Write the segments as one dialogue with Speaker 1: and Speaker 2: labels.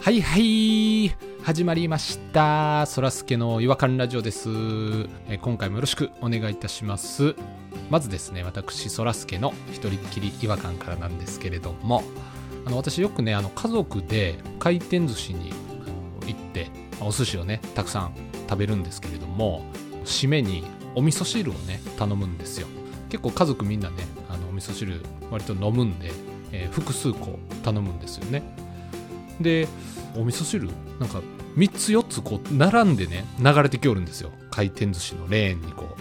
Speaker 1: はいはい始まりましたそらすけの違和感ラジオです、えー今回もよろしくお願いいたしますまずですね私そらすけの一人っきり違和感からなんですけれどもあの私よくねあの家族で回転寿司にあの行ってまあお寿司をねたくさん食べるんですけれども締めにお味噌汁をね頼むんですよ結構家族みんなねあのお味噌汁割と飲むんで、えー複数個頼むんですよねでお味噌汁なんか3つ4つこう並んでね流れてきおるんですよ回転寿司のレーンにこう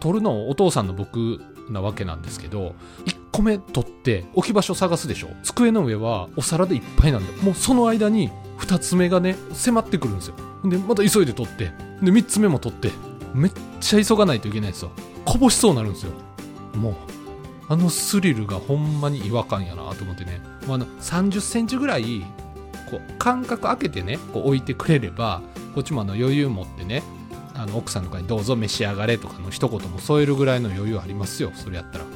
Speaker 1: 取るのお父さんの僕なわけなんですけど1個目取って置き場所探すでしょ机の上はお皿でいっぱいなんでもうその間に2つ目がね迫ってくるんですよでまた急いで取ってで3つ目も取ってめっちゃ急がないといけないんですよこぼしそうになるんですよもうあのスリルがほんまに違和感やなと思ってね、まあ、あの30センチぐらいこう間隔空けてねこう置いてくれればこっちもあの余裕持ってねあの奥さんとかに「どうぞ召し上がれ」とかの一言も添えるぐらいの余裕ありますよそれやったら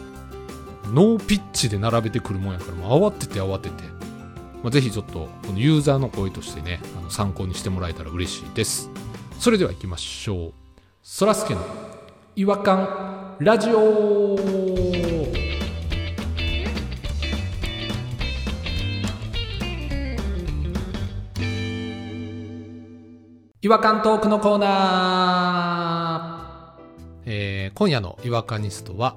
Speaker 1: ノーピッチで並べてくるもんやからもう慌てて慌てて、まあ、ぜひちょっとこのユーザーの声としてねあの参考にしてもらえたら嬉しいですそれでは行きましょうそらすけの違和感ラジオ違和感トークのコーナー、えー今夜の違和感ニストは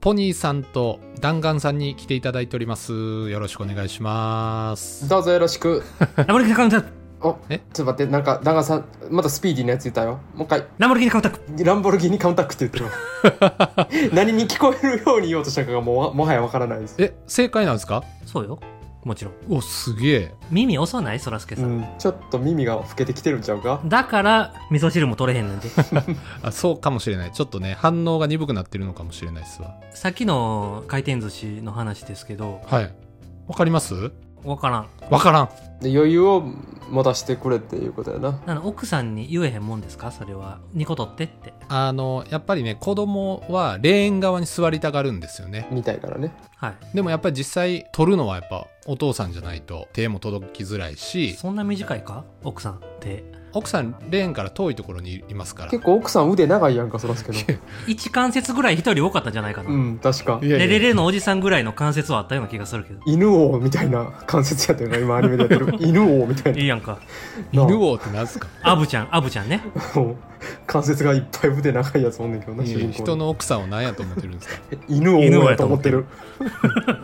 Speaker 1: ポニーさんと弾丸さんに来ていただいておりますよろしくお願いします
Speaker 2: どうぞよろしく。
Speaker 3: ランボルギーニカウンター
Speaker 2: お、
Speaker 1: え
Speaker 2: ちょっと待って、なんか、ダガさん、またスピーディーなやつ言ったよ。もう一回、
Speaker 3: ランボルギーニカウンター
Speaker 2: ランボルギーニカウンタックって言ってるわ。何に聞こえるように言おうとしたかがもうわもはやわからないです。
Speaker 1: え正解なんですか
Speaker 3: そうよもちろん
Speaker 1: おすげえ
Speaker 3: 耳遅ないそらすけ
Speaker 2: う
Speaker 3: さん、
Speaker 2: ん、ちょっと耳が老けてきてるんちゃうか
Speaker 3: だから味噌汁も取れへんねんで
Speaker 1: あそうかもしれないちょっとね反応が鈍くなってるのかもしれないですわ
Speaker 3: さっきの回転寿司の話ですけど
Speaker 1: はいわかります
Speaker 3: わからん
Speaker 1: わからん
Speaker 2: で余裕を持たしてくれっていうことやな。
Speaker 3: なんか奥さんに言えへんもんですかそれは2個取ってって
Speaker 1: あのやっぱりね子供はレーン側に座りたがるんですよね
Speaker 2: みたいからね。
Speaker 3: はい
Speaker 1: でもやっぱり実際取るのはやっぱお父さんじゃないと手も届きづらいし
Speaker 3: そんな短いか奥さんって
Speaker 1: 奥さんレーンから遠いところにいますから
Speaker 2: 結構奥さん腕長いやんか、そらすけど。
Speaker 3: 1関節ぐらい1人多かったんじゃないかな、
Speaker 2: うん、確か。
Speaker 1: いやいや
Speaker 3: レレレのおじさんぐらいの関節はあったような気がするけど
Speaker 2: 犬王みたいな関節やったよな、今アニメでやってる。犬王みたいない
Speaker 3: いやんか
Speaker 1: 犬王ってなんす か
Speaker 3: アブちゃんアブちゃんね
Speaker 2: もう関節がいっぱい腕長いやつおんねんけどな、
Speaker 1: い
Speaker 2: 主
Speaker 1: やいや
Speaker 2: 人公
Speaker 1: 人の奥さんを何やと思ってるんですか
Speaker 2: 犬王やと思って
Speaker 3: 犬王やと思ってる
Speaker 2: る。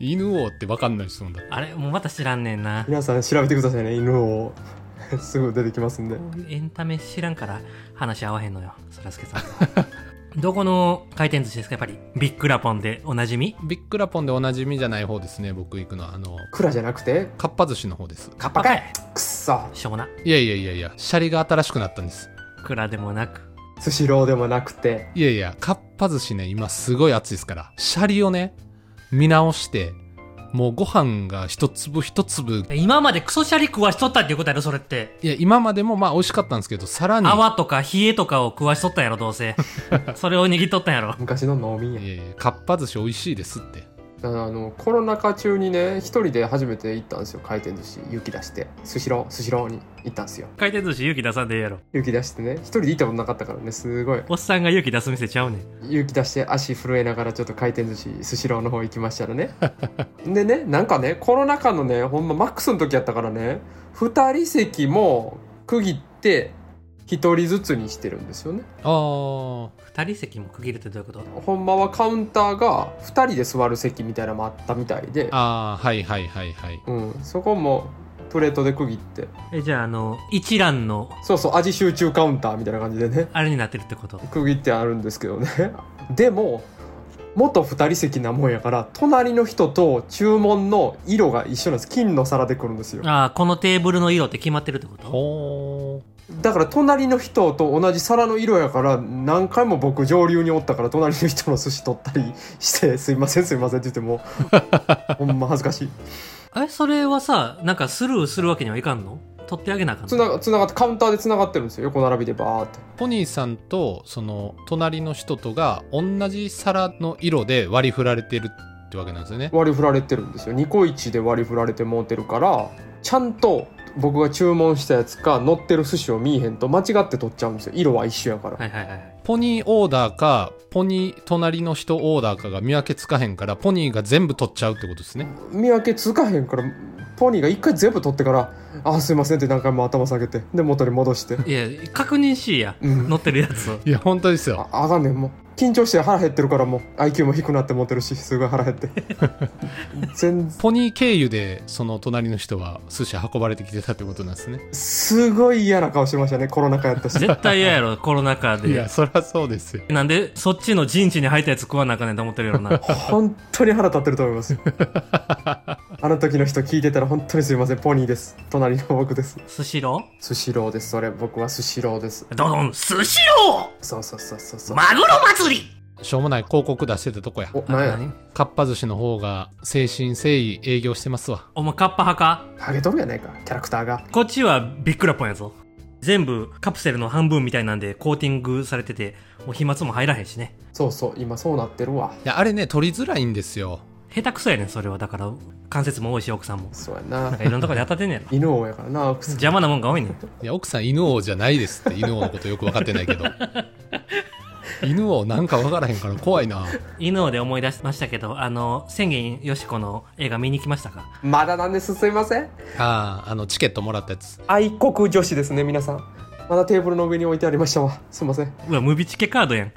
Speaker 1: 犬王ってわかんない質問だ
Speaker 3: あれもうまた知らんねんな
Speaker 2: 皆さん調べてくださいね犬をすぐ出てきますんで
Speaker 3: こういうエンタメ知らんから話合わへんのよ、そらすけさん と。どこの回転寿司ですかやっぱり。ビッグラポンでおなじみ
Speaker 1: ビックラポンでおなじみじゃない方ですね僕行くのはあの
Speaker 2: 蔵じゃなくて
Speaker 1: かっぱ寿司の方です
Speaker 2: カッパ
Speaker 3: バカ
Speaker 2: か
Speaker 3: や
Speaker 2: いくっそ
Speaker 3: しょうもな。
Speaker 1: いやいやいやいやシャリが新しくなったんです
Speaker 3: 蔵でもなく。
Speaker 2: スシローでもなくて
Speaker 1: いやいや、かっぱ寿司ね、今すごい熱いですから、シャリをね、見直して、もうご飯が一粒一粒、
Speaker 3: 今までクソシャリ食わしとったっていうことやろ、それって。
Speaker 1: いや、今までもまあ美味しかったんですけど、さらに、
Speaker 3: 泡とか冷えとかを食わしとったんやろ、どうせ。 それを握っとったんやろ。
Speaker 2: 昔の農民
Speaker 1: い
Speaker 2: や
Speaker 1: やいや、かっぱ寿司美味しいですって。
Speaker 2: あのコロナ禍中にね一人で初めて行ったんですよ回転寿司雪出してスシロースシローに行ったんですよ
Speaker 3: 回転寿司勇気出さんでええやろ。
Speaker 2: 雪出してね一人で行ったことなかったからねすごい
Speaker 3: おっさんが勇気出す店ちゃうねん。
Speaker 2: 雪出して足震えながらちょっと回転寿司スシローの方行きましたらねでねなんかねコロナ禍のねほんまマックスの時やったからね2人席も区切って1人ずつにしてるんですよね
Speaker 1: あー、
Speaker 3: 二人席も区切るってどういうこと
Speaker 2: ほんまはカウンターが2人で座る席みたいなのもあったみたいで、
Speaker 1: あー、はいはいはいはい。
Speaker 2: うん、そこもプレートで区切って
Speaker 3: え、じゃあ、あの、一覧の、
Speaker 2: そうそう味集中カウンターみたいな感じでね
Speaker 3: あれになってるってこと。
Speaker 2: 区切ってあるんですけどね でも元2人席なもんやから隣の人と注文の色が一緒なんです金の皿で来るんですよ
Speaker 3: ああ、このテーブルの色って決まってるってこと
Speaker 1: ほー。
Speaker 2: だから隣の人と同じ皿の色やから何回も僕上流におったから隣の人の寿司取ったりして「すいませんすいません」って言ってもほんま恥ずかしい
Speaker 3: え、それはさ、なんかスルーするわけにはいかんの取ってあげなあかんの
Speaker 2: つながつながってカウンターでつながってるんですよ横並びでバーって
Speaker 1: ポニーさんと、その、隣の人とが、同じ皿の色で割り振られてるってわけなんですよね。
Speaker 2: 割り振られてるんですよニコイチで割り振られてもうてるからちゃんと僕が注文したやつか乗ってる寿司を見えへんと間違って取っちゃうんですよ色は一緒やから、
Speaker 3: はいはいはい。
Speaker 1: ポニーオーダーかポニー隣の人オーダーかが見分けつかへんからポニーが全部取っちゃうってことですね
Speaker 2: 見分けつかへんからポニーが一回全部取ってから「あすいません」って何回も頭下げてで元に戻して
Speaker 3: いや、確認しいや。
Speaker 2: うん
Speaker 3: 乗ってるやつを。
Speaker 1: いや本当ですよ
Speaker 2: ああかんねんもう緊張して腹減ってるからもう IQ も低くなって持ってるしすごい腹 減って全
Speaker 1: ポニー経由でその隣の人は寿司運ばれてきてたってことなんですね
Speaker 2: すごい嫌な顔してましたねコロナ禍やったし
Speaker 3: 絶対嫌やろ、コロナ禍
Speaker 1: い
Speaker 3: で
Speaker 1: や。そりゃそうですよ
Speaker 3: なんで、そっちの陣地に入ったやつ食わなあかんねんと思ってるやろな。
Speaker 2: 本当に腹立ってると思いますあの時の人聞いてたら本当にすいませんポニーです隣の僕です
Speaker 3: スシロ
Speaker 2: スシローですそれ僕はスシローです
Speaker 3: ードドン、スシロ
Speaker 2: そうそうそうそうそ
Speaker 3: ー
Speaker 2: う、
Speaker 3: マグロ祭り
Speaker 1: しょうもない広告出してたとこや
Speaker 2: おなんや
Speaker 1: かっぱ寿司の方が誠心誠意営業してますわ
Speaker 3: お前カッパ派か
Speaker 2: ハゲとるやないかキャラクターが
Speaker 3: こっちはビックラポンやぞ。全部カプセルの半分みたいなんでコーティングされてて、もう飛沫も入らへんしね。
Speaker 2: そうそう今そうなってるわ
Speaker 1: いやあれね取りづらいんですよ
Speaker 3: 下手くそやねん、それは。だから、関節も多いし、奥さんも。
Speaker 2: そうや
Speaker 3: なん
Speaker 2: な。
Speaker 3: かいろんなとこで当たってんねやろ
Speaker 2: 犬王やからな奥さん
Speaker 3: 邪魔なもんが多いねん。
Speaker 1: いや奥さん犬王じゃないですって犬王のことよく分かってないけど犬王なんか分からへんから怖いな
Speaker 3: 犬で思い出しましたけど、あの、千言よしこの映画見に来ましたか
Speaker 2: まだなんですすいません
Speaker 1: あああのチケットもらったやつ
Speaker 2: 愛国女子ですね皆さんまだテーブルの上に置いてありましたわすいません
Speaker 3: うわ、ムビチケカードやん。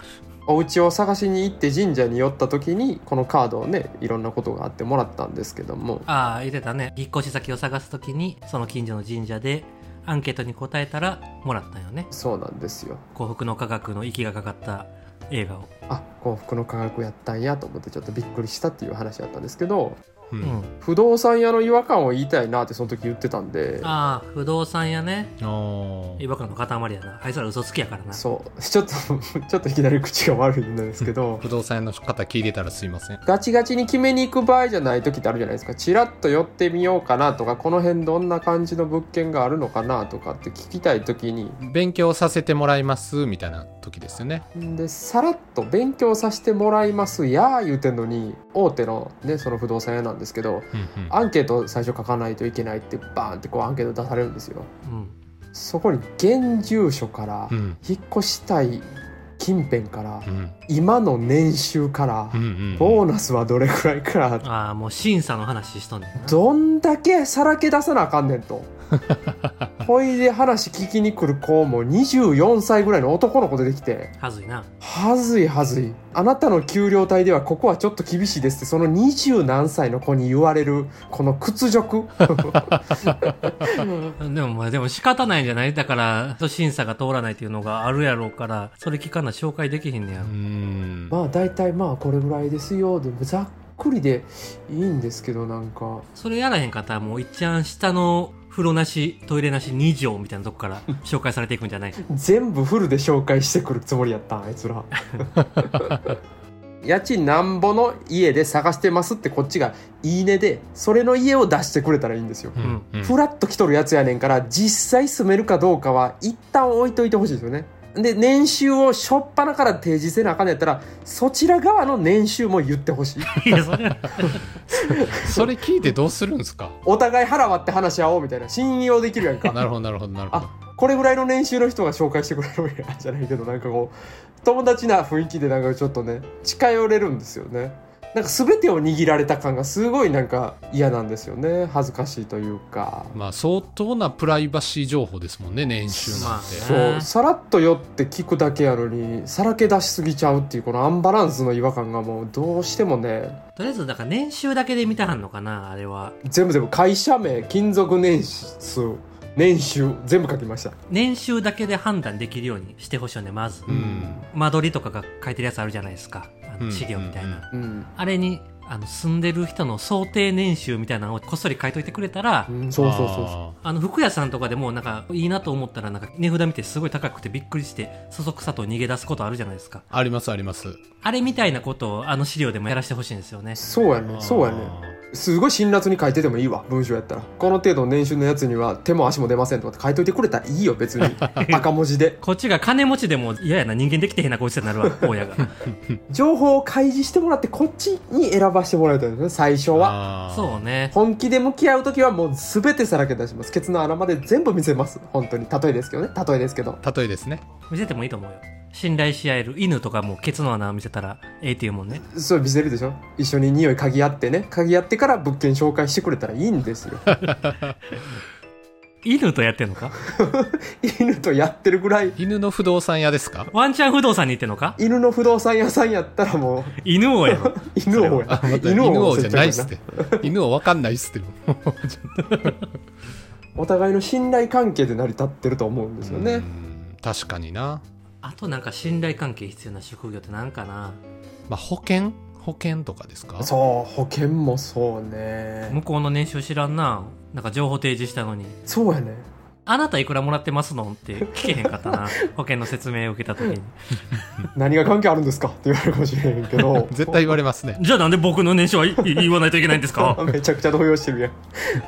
Speaker 2: お家を探しに行って神社に寄った時にこのカードをねいろんなことがあってもらったんですけども
Speaker 3: ああ、言ってたね。引っ越し先を探すときに、その近所の神社で、アンケートに答えたら、もらったよね。
Speaker 2: そうなんですよ
Speaker 3: 幸福の科学の息がかかった映画を。
Speaker 2: あ幸福の科学やったんやと思ってちょっとびっくりしたっていう話だったんですけど
Speaker 1: うん、
Speaker 3: うん。
Speaker 2: 不動産屋の違和感を言いたいなってその時言ってたんで
Speaker 3: ああ、不動産やね。
Speaker 1: お
Speaker 3: 違
Speaker 1: ー
Speaker 3: 和感の塊やな。あいつら嘘つきやからな。
Speaker 2: そうちょっとちょっといきなり口が悪いんですけど
Speaker 1: 不動産屋の方聞いてたらすいません
Speaker 2: ガチガチに決めに行く場合じゃない時ってあるじゃないですかチラッと寄ってみようかなとかこの辺どんな感じの物件があるのかなとかって聞きたい時に
Speaker 1: 勉強させてもらいますみたいな時ですよね
Speaker 2: でさらっと勉強させてもらいますやー言うてんのに大手のねその不動産屋なんですけ
Speaker 1: う
Speaker 2: ど
Speaker 1: んうん
Speaker 2: アンケートを最初書かないといけないってバーンってこうアンケート出されるんですよ
Speaker 3: うん。
Speaker 2: そこに現住所から
Speaker 1: うん
Speaker 2: 引っ越したい近辺から
Speaker 1: うん
Speaker 2: 今の年収から
Speaker 1: うんうん
Speaker 2: ボーナスはどれくらいから
Speaker 3: ああ、もう審査の話しとんねんな。
Speaker 2: どんだけさらけ出さなあかんね んとほいで話聞きに来る子も24歳ぐらいの男の子出てきて
Speaker 3: はずいな。
Speaker 2: はずいはずい。あなたの給料帯ではここはちょっと厳しいですって、その二十何歳の子に言われる、この 屈辱。
Speaker 3: でもまあでも仕方ないんじゃないだから、審査が通らないっていうのがあるやろうから、それ聞かな紹介できひんねや
Speaker 1: う。ん
Speaker 2: まあ大体まあこれぐらいですよ。でもざっくりでいいんですけどなんか。
Speaker 3: それやらへんかったらもう一番下の風呂なし、トイレなし2畳みたいなと こから紹介されていくんじゃない
Speaker 2: 全部フルで紹介してくるつもりやったんあいつら家賃なんぼの家で探してますってこっちが「いいね」でそれの家を出してくれたらいいんですよ、
Speaker 1: うんうん
Speaker 2: フラッと来とるやつやねんから実際住めるかどうかは一旦置いといてほしいですよねで年収をしょっぱなから提示せなあかんのやったらそちら側の年収も言ってほしい
Speaker 3: いや、それは
Speaker 1: それ聞いてどうするんですか
Speaker 2: お互い腹割って話し合おうみたいな信用できるやんか
Speaker 1: なるほどなるほどなるほど
Speaker 2: これぐらいの年収の人が紹介してくれるわけじゃないけどなんかこう友達な雰囲気でなんかちょっとね近寄れるんですよねなんか全てを握られた感がすごいなんか嫌なんですよね恥ずかしいというか、
Speaker 1: まあ相当なプライバシー情報ですもんね年収なんて、
Speaker 3: まあ
Speaker 2: そ
Speaker 3: ね
Speaker 2: うさらっと酔って聞くだけやのにさらけ出しすぎちゃうっていうこのアンバランスの違和感がもうどうしてもね
Speaker 3: とりあえず、だから年収だけで見たはんのかなあれは。
Speaker 2: 全部全部会社名勤続年数年収全部書きました
Speaker 3: 年収だけで判断できるようにしてほしいよね、まず。
Speaker 1: うん
Speaker 3: 間取りとかが書いてるやつあるじゃないですか。あの資料みたいな。
Speaker 1: うんうんうん
Speaker 2: うん、
Speaker 3: あれに、あの、住んでる人の想定年収みたいなのをこっそり書いといてくれたら、
Speaker 2: うん、そうそうそうそう
Speaker 1: あ
Speaker 3: あの、服屋さんとかでもなんか、いいなと思ったら、なんか、値札見てすごい高くてびっくりして、そそくさと逃げ出すことあるじゃないですか。
Speaker 1: ーありますあります
Speaker 3: あれみたいなことを、あの資料でもやらせてほしいんですよね。
Speaker 2: そうやねそうやね
Speaker 1: あー
Speaker 2: すごい辛辣に書いててもいいわ文章やったらこの程度の年収のやつには手も足も出ませんとかって書いといてくれたらいいよ 別に赤文字で
Speaker 3: こっちが金持ちでも嫌やな人間できてへんなこいつになるわ親 が
Speaker 2: 情報を開示してもらってこっちに選ばしてもらいたいですね最初は
Speaker 1: あー
Speaker 3: そうね
Speaker 2: 本気で向き合う時はもう全てさらけ出しますケツの穴まで全部見せます本当に例えですけどね例えですけど
Speaker 1: 例えですね
Speaker 3: 見せてもいいと思うよ信頼し合える犬とかもケツの穴を見せたらええっていうもんね
Speaker 2: そう見せるでしょ一緒に匂い嗅ぎ合ってね嗅ぎ合ってから物件紹介してくれたらいいんです よ
Speaker 3: 犬とやってんのか
Speaker 2: 犬とやってるぐらい
Speaker 1: 犬の不動産屋ですか
Speaker 3: ワンちゃん不動産に行ってんのか
Speaker 2: 犬の不動産屋さんやったらもう
Speaker 3: 犬王やろ
Speaker 2: 犬王や
Speaker 1: あまた
Speaker 2: の
Speaker 1: 犬王じゃないっ
Speaker 2: 接
Speaker 1: すっ
Speaker 2: 着
Speaker 1: て犬王わかんないっすって
Speaker 2: お互いの信頼関係で成り立ってると思うんですよ
Speaker 1: う
Speaker 2: ね
Speaker 1: ん確かにな、
Speaker 3: あとなんか信頼関係必要な職業ってなんかな
Speaker 1: まあ、保険保険とかですか
Speaker 2: そう保険もそうね
Speaker 3: 向こうの年収知らんななんか情報提示したのに
Speaker 2: そうやね
Speaker 3: あなたいくらもらってますのんって聞けへんかった な保険の説明を受けた時に
Speaker 2: 何が関係あるんですかって言われるかもしれへんけど
Speaker 1: 絶対言われますね
Speaker 3: じゃあなんで僕の年収はいい言わないといけないんですか
Speaker 2: めちゃくちゃ動揺してるやん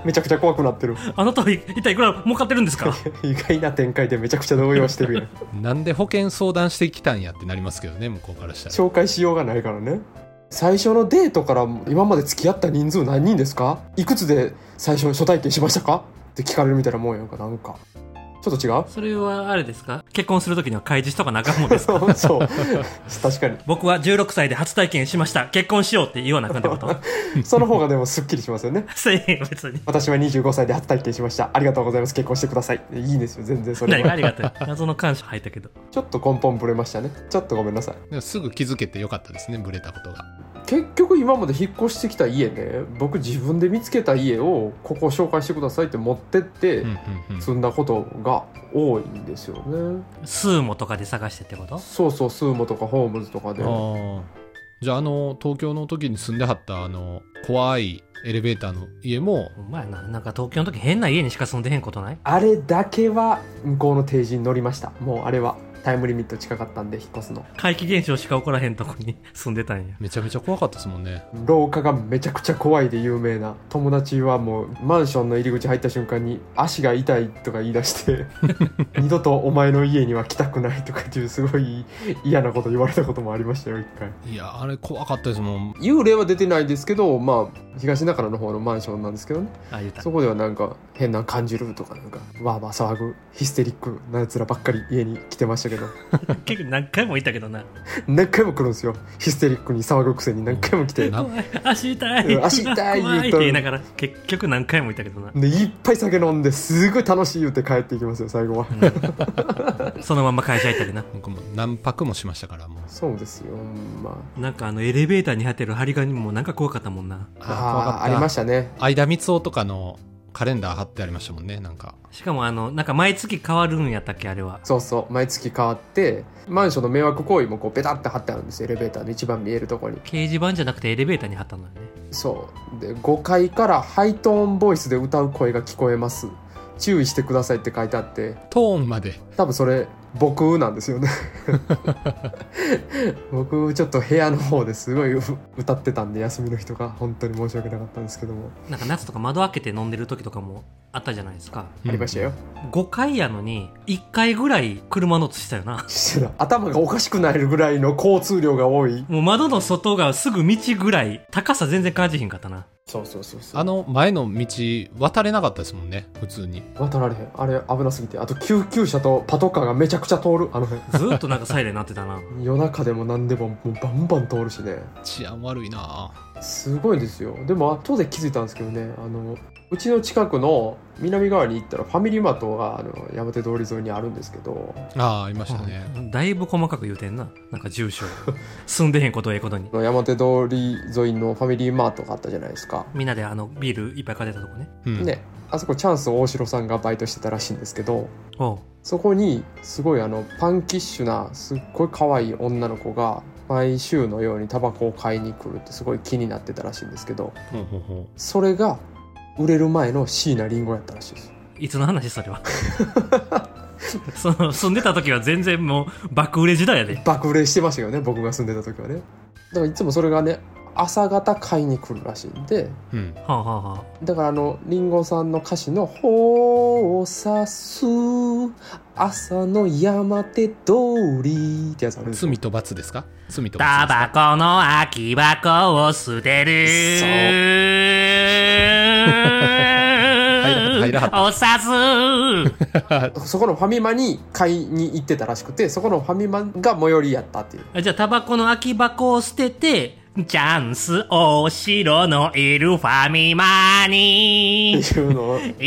Speaker 2: めちゃくちゃ怖くなってる
Speaker 3: あなたはい一体いくら儲かってるんですか
Speaker 2: 意外な展開でめちゃくちゃ動揺してるやん
Speaker 1: なんで保険相談してきたんやってなりますけどね向こうからしたら
Speaker 2: 紹介しようがないからね最初のデートから今まで付き合った人数何人ですかいくつで最初初体験しましたかって聞かれるみたいなもんやんかなんかちょっと違う
Speaker 3: それはあれですか結婚する時には開示しとかなあかんも んですか
Speaker 2: そうそう確かに
Speaker 3: 僕は16歳で初体験しました結婚しようって言わなあかんっ てこと
Speaker 2: その方がでもすっきりしますよね
Speaker 3: せえへん別に
Speaker 2: 私は25歳で初体験しましたありがとうございます結婚してくださいいいですよ全然それ
Speaker 3: 何があ
Speaker 2: は
Speaker 3: りがたい謎の感謝入ったけど
Speaker 2: ちょっと根本ぶれましたねちょっとごめんなさい
Speaker 1: でもすぐ気づけてよかったですねブレたことが
Speaker 2: 結局今まで引っ越してきた家ね僕自分で見つけた家をここ紹介してくださいって持ってって
Speaker 1: うんうんうん
Speaker 2: 住んだことが多いんですよね
Speaker 3: スーモとかで探してってこと
Speaker 2: そうそうスーモとかホームズとかで
Speaker 1: ああじゃああの東京の時に住んではったあの怖いエレベーターの家も
Speaker 3: お前ななんか東京の時変な家にしか住んでへんことない
Speaker 2: あれだけは向こうの提示に乗りましたもうあれはタイムリミット近かったんで引っ越すの
Speaker 3: 怪奇現象しか起こらへんとこに 住んでたんや
Speaker 1: めちゃめちゃ怖かったですもんね
Speaker 2: 廊下がめちゃくちゃ怖いで有名な友達はもうマンションの入り口入った瞬間に足が痛いとか言い出して 二度とお前の家には来たくないとかっていうすごい嫌なこと言われたこともありましたよ一回
Speaker 1: いやあれ怖かったですもん
Speaker 2: 幽霊は出てないですけどまあ東中野の方のマンションなんですけどね
Speaker 3: あ言うた
Speaker 2: そこではなんか変なの感じるとかなんかわーわー騒ぐヒステリックなやつらばっかり家に来てましたけど
Speaker 3: 結構何回も言ったけどな
Speaker 2: 何回も来るんですよヒステリックに騒ぐくせに何回も来て
Speaker 1: な
Speaker 3: 怖い足痛
Speaker 2: う
Speaker 3: い
Speaker 2: ん足痛い
Speaker 3: 怖
Speaker 2: 言
Speaker 3: いっ
Speaker 2: う
Speaker 3: て
Speaker 2: と
Speaker 3: 言いながら結局何回も言ったけ どな、
Speaker 2: でいっぱい酒飲んですごい楽しい言うて帰っていきますよ最後は。
Speaker 3: うんそのまま会社行ったりな
Speaker 1: 僕も何泊もしましたからもう
Speaker 2: そうですよ、ま
Speaker 3: なんかあのエレベーターに入ってる張り紙もなんか怖かったもんな
Speaker 2: あ、
Speaker 1: あー
Speaker 2: あああり
Speaker 1: 怖か
Speaker 2: ま
Speaker 1: っ
Speaker 2: したね。
Speaker 1: た相田光雄とかのカレンダー貼ってありましたもんねなんか
Speaker 3: しかもあのなんか毎月変わるんやったっけあれは
Speaker 2: そうそう、毎月変わって、マンションの迷惑行為もこうベタって貼ってあるんですよ、エレベーターの一番見えるところに。
Speaker 3: 掲示板じゃなくてエレベーターに貼ったのよね
Speaker 2: そう、で、5階からハイトーンボイスで歌う声が聞こえます。注意してくださいって書いてあって、
Speaker 1: トーンまで
Speaker 2: 多分それ、僕なんですよね。 僕、ちょっと部屋の方ですごい歌ってたんで、休みの日とか、本当に申し訳なかったんですけども、
Speaker 3: なんか夏とか窓開けて飲んでる時とかもあったじゃないですか
Speaker 2: ありましたよ。
Speaker 3: 5回やのに1回ぐらい車の音したよな
Speaker 2: してた頭がおかしくなるぐらいの交通量が多い。
Speaker 3: もう窓の外がすぐ道ぐらい高さ全然感じひんかったな
Speaker 2: そうそうそうそう
Speaker 1: あの前の道渡れなかったですもんね普通に
Speaker 2: 渡られへんあれ危なすぎてあと救急車とパトカーがめちゃくちゃ通るあの辺
Speaker 3: ずーっとなんかサイレン鳴ってたな
Speaker 2: 夜中でも何でももうバンバン通るしね
Speaker 1: 治安悪いな
Speaker 2: すごいですよでも後で気づいたんですけどねあのうちの近くの南側に行ったらファミリーマートがあの山手通り沿いにあるんですけど
Speaker 1: ああありましたね、
Speaker 3: だいぶ細かく言うてんななんか住所 住んでへんことをええことに
Speaker 2: あの山手通り沿いのファミリーマートがあったじゃないですか、
Speaker 3: みんなであのビールいっぱい買ってたとこね
Speaker 1: うん
Speaker 2: ねあそこチャンス大城さんがバイトしてたらしいんですけど
Speaker 3: おう
Speaker 2: そこにすごいあのパンキッシュなすっごい可愛い女の子が毎週のようにタバコを買いに来るってすごい気になってたらしいんですけど
Speaker 1: ほうほうほ
Speaker 2: それが売れる前の椎名林檎やったらしいです
Speaker 3: いつの話それは その住んでた時は全然もう爆売れ時代やで
Speaker 2: 爆売れしてましたよね僕が住んでた時はねだからいつもそれがね朝方買いに来るらしいんで
Speaker 1: うん
Speaker 3: はあはあは
Speaker 2: だからあのリンゴさんの歌詞の「ほうさす朝の山手通り」ってやつあるんですよ
Speaker 1: 罪と罰ですか罪と
Speaker 3: あ。タ
Speaker 1: 罰です
Speaker 3: バコの空き箱を捨てる。
Speaker 2: そう
Speaker 1: 入ら入らはっ
Speaker 3: おさす。
Speaker 2: そこのファミマに買いに行ってたらしくてそこのファミマが最寄りやったっていう
Speaker 3: あじゃあ、タバコの空き箱を捨てて、チャンス大城のいるファミマに
Speaker 2: っていうのを
Speaker 3: 行っ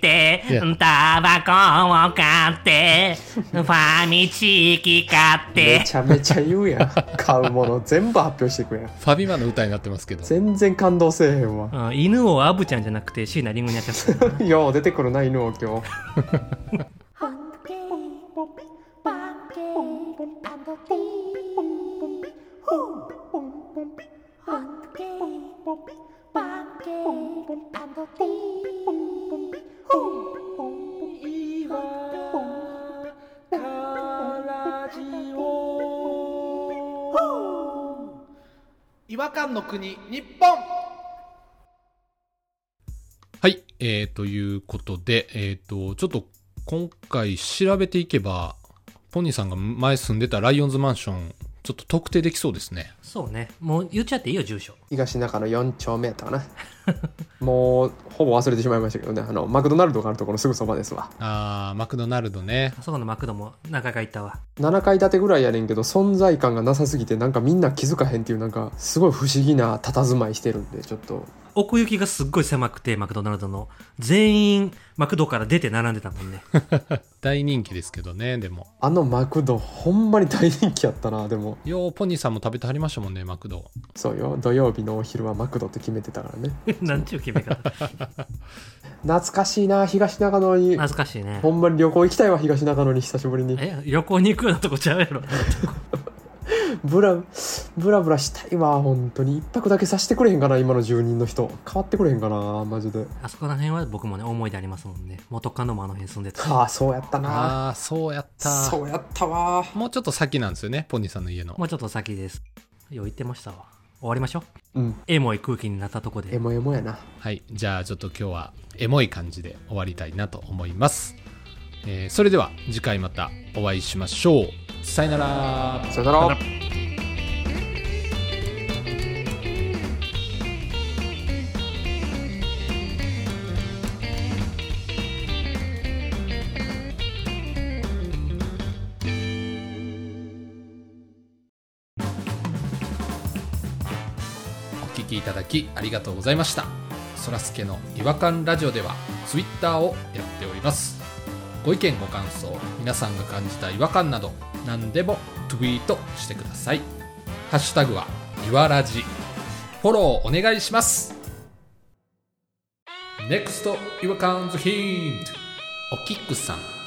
Speaker 3: て
Speaker 1: いや、
Speaker 3: タバコを買って、ファミチキ買っ
Speaker 2: め
Speaker 3: て。
Speaker 2: ちゃめちゃ言うやん買うもの全部発表していくやん
Speaker 1: ファミマの歌になってますけど
Speaker 2: 全然感動せえへんわ
Speaker 3: うん犬をアブちゃんじゃなくて椎名林檎にやっちゃった。
Speaker 2: よう出てくるな犬を今日
Speaker 4: Hungry,
Speaker 5: 違和感の国日本
Speaker 1: はい、えー、ということで、えー、とちょっと今回調べていけばポニーさんが前住んでたライオンズマンションちょっと特定できそうですね
Speaker 3: そうね。もう言っちゃっていいよ、住所。
Speaker 2: 東中の4丁目やったかなもうほぼ忘れてしまいましたけどねあのマクドナルドがあるところのすぐそばですわ
Speaker 1: あーマクドナルド ね
Speaker 3: あそこのマクドも中が行ったわ。
Speaker 2: 7階建てぐらいやねんけど存在感がなさすぎてなんかみんな気づかへんっていうなんかすごい不思議な佇まいしてるんでちょっと
Speaker 3: 奥行きがすっごい狭くて、マクドナルドの。全員、マクドから出て並んでたもんね。
Speaker 1: 大人気ですけどねでも
Speaker 2: あのマクドほんまに大人気やったなでも
Speaker 1: ようポニーさんも食べてはりましたもんねマクド
Speaker 2: そうよ土曜日のお昼はマクドって決めてたからね
Speaker 3: なんちゅう決め方。
Speaker 2: 懐かしいな東中野に
Speaker 3: 恥ずかしいね
Speaker 2: ほ。んまに旅行行きたいわ東中野に久しぶりに
Speaker 3: え、旅行に行くようなとこちゃうやろ。
Speaker 2: ブラブラブラしたいわ本当に一泊だけさせてくれへんかな今の住人の人変わってくれへんかなマジで
Speaker 3: あそこら辺は僕もね、思い出ありますもんね。元カノもあの辺住んでた。
Speaker 2: ああそうやったな
Speaker 1: ああーそうやった
Speaker 2: そうやったわ
Speaker 1: もうちょっと先なんですよねポニーさんの家の
Speaker 3: もうちょっと先です。よう言ってましたわ。終わりましょう。
Speaker 2: うん
Speaker 3: エモい空気になったとこで
Speaker 2: エ。モエモやな
Speaker 1: はいじゃあちょっと今日はエモい感じで終わりたいなと思います、えーそれでは次回またお会いしましょうさよなら
Speaker 2: さよなら
Speaker 1: お聞きいただきありがとうございましたそらすけの違和感ラジオではツイッターをやっておりますご意見ご感想皆さんが感じた違和感など何でもツイートしてくださいハッシュタグはいわらじフォローお願いします NEXT 違和感ズヒントおきくさん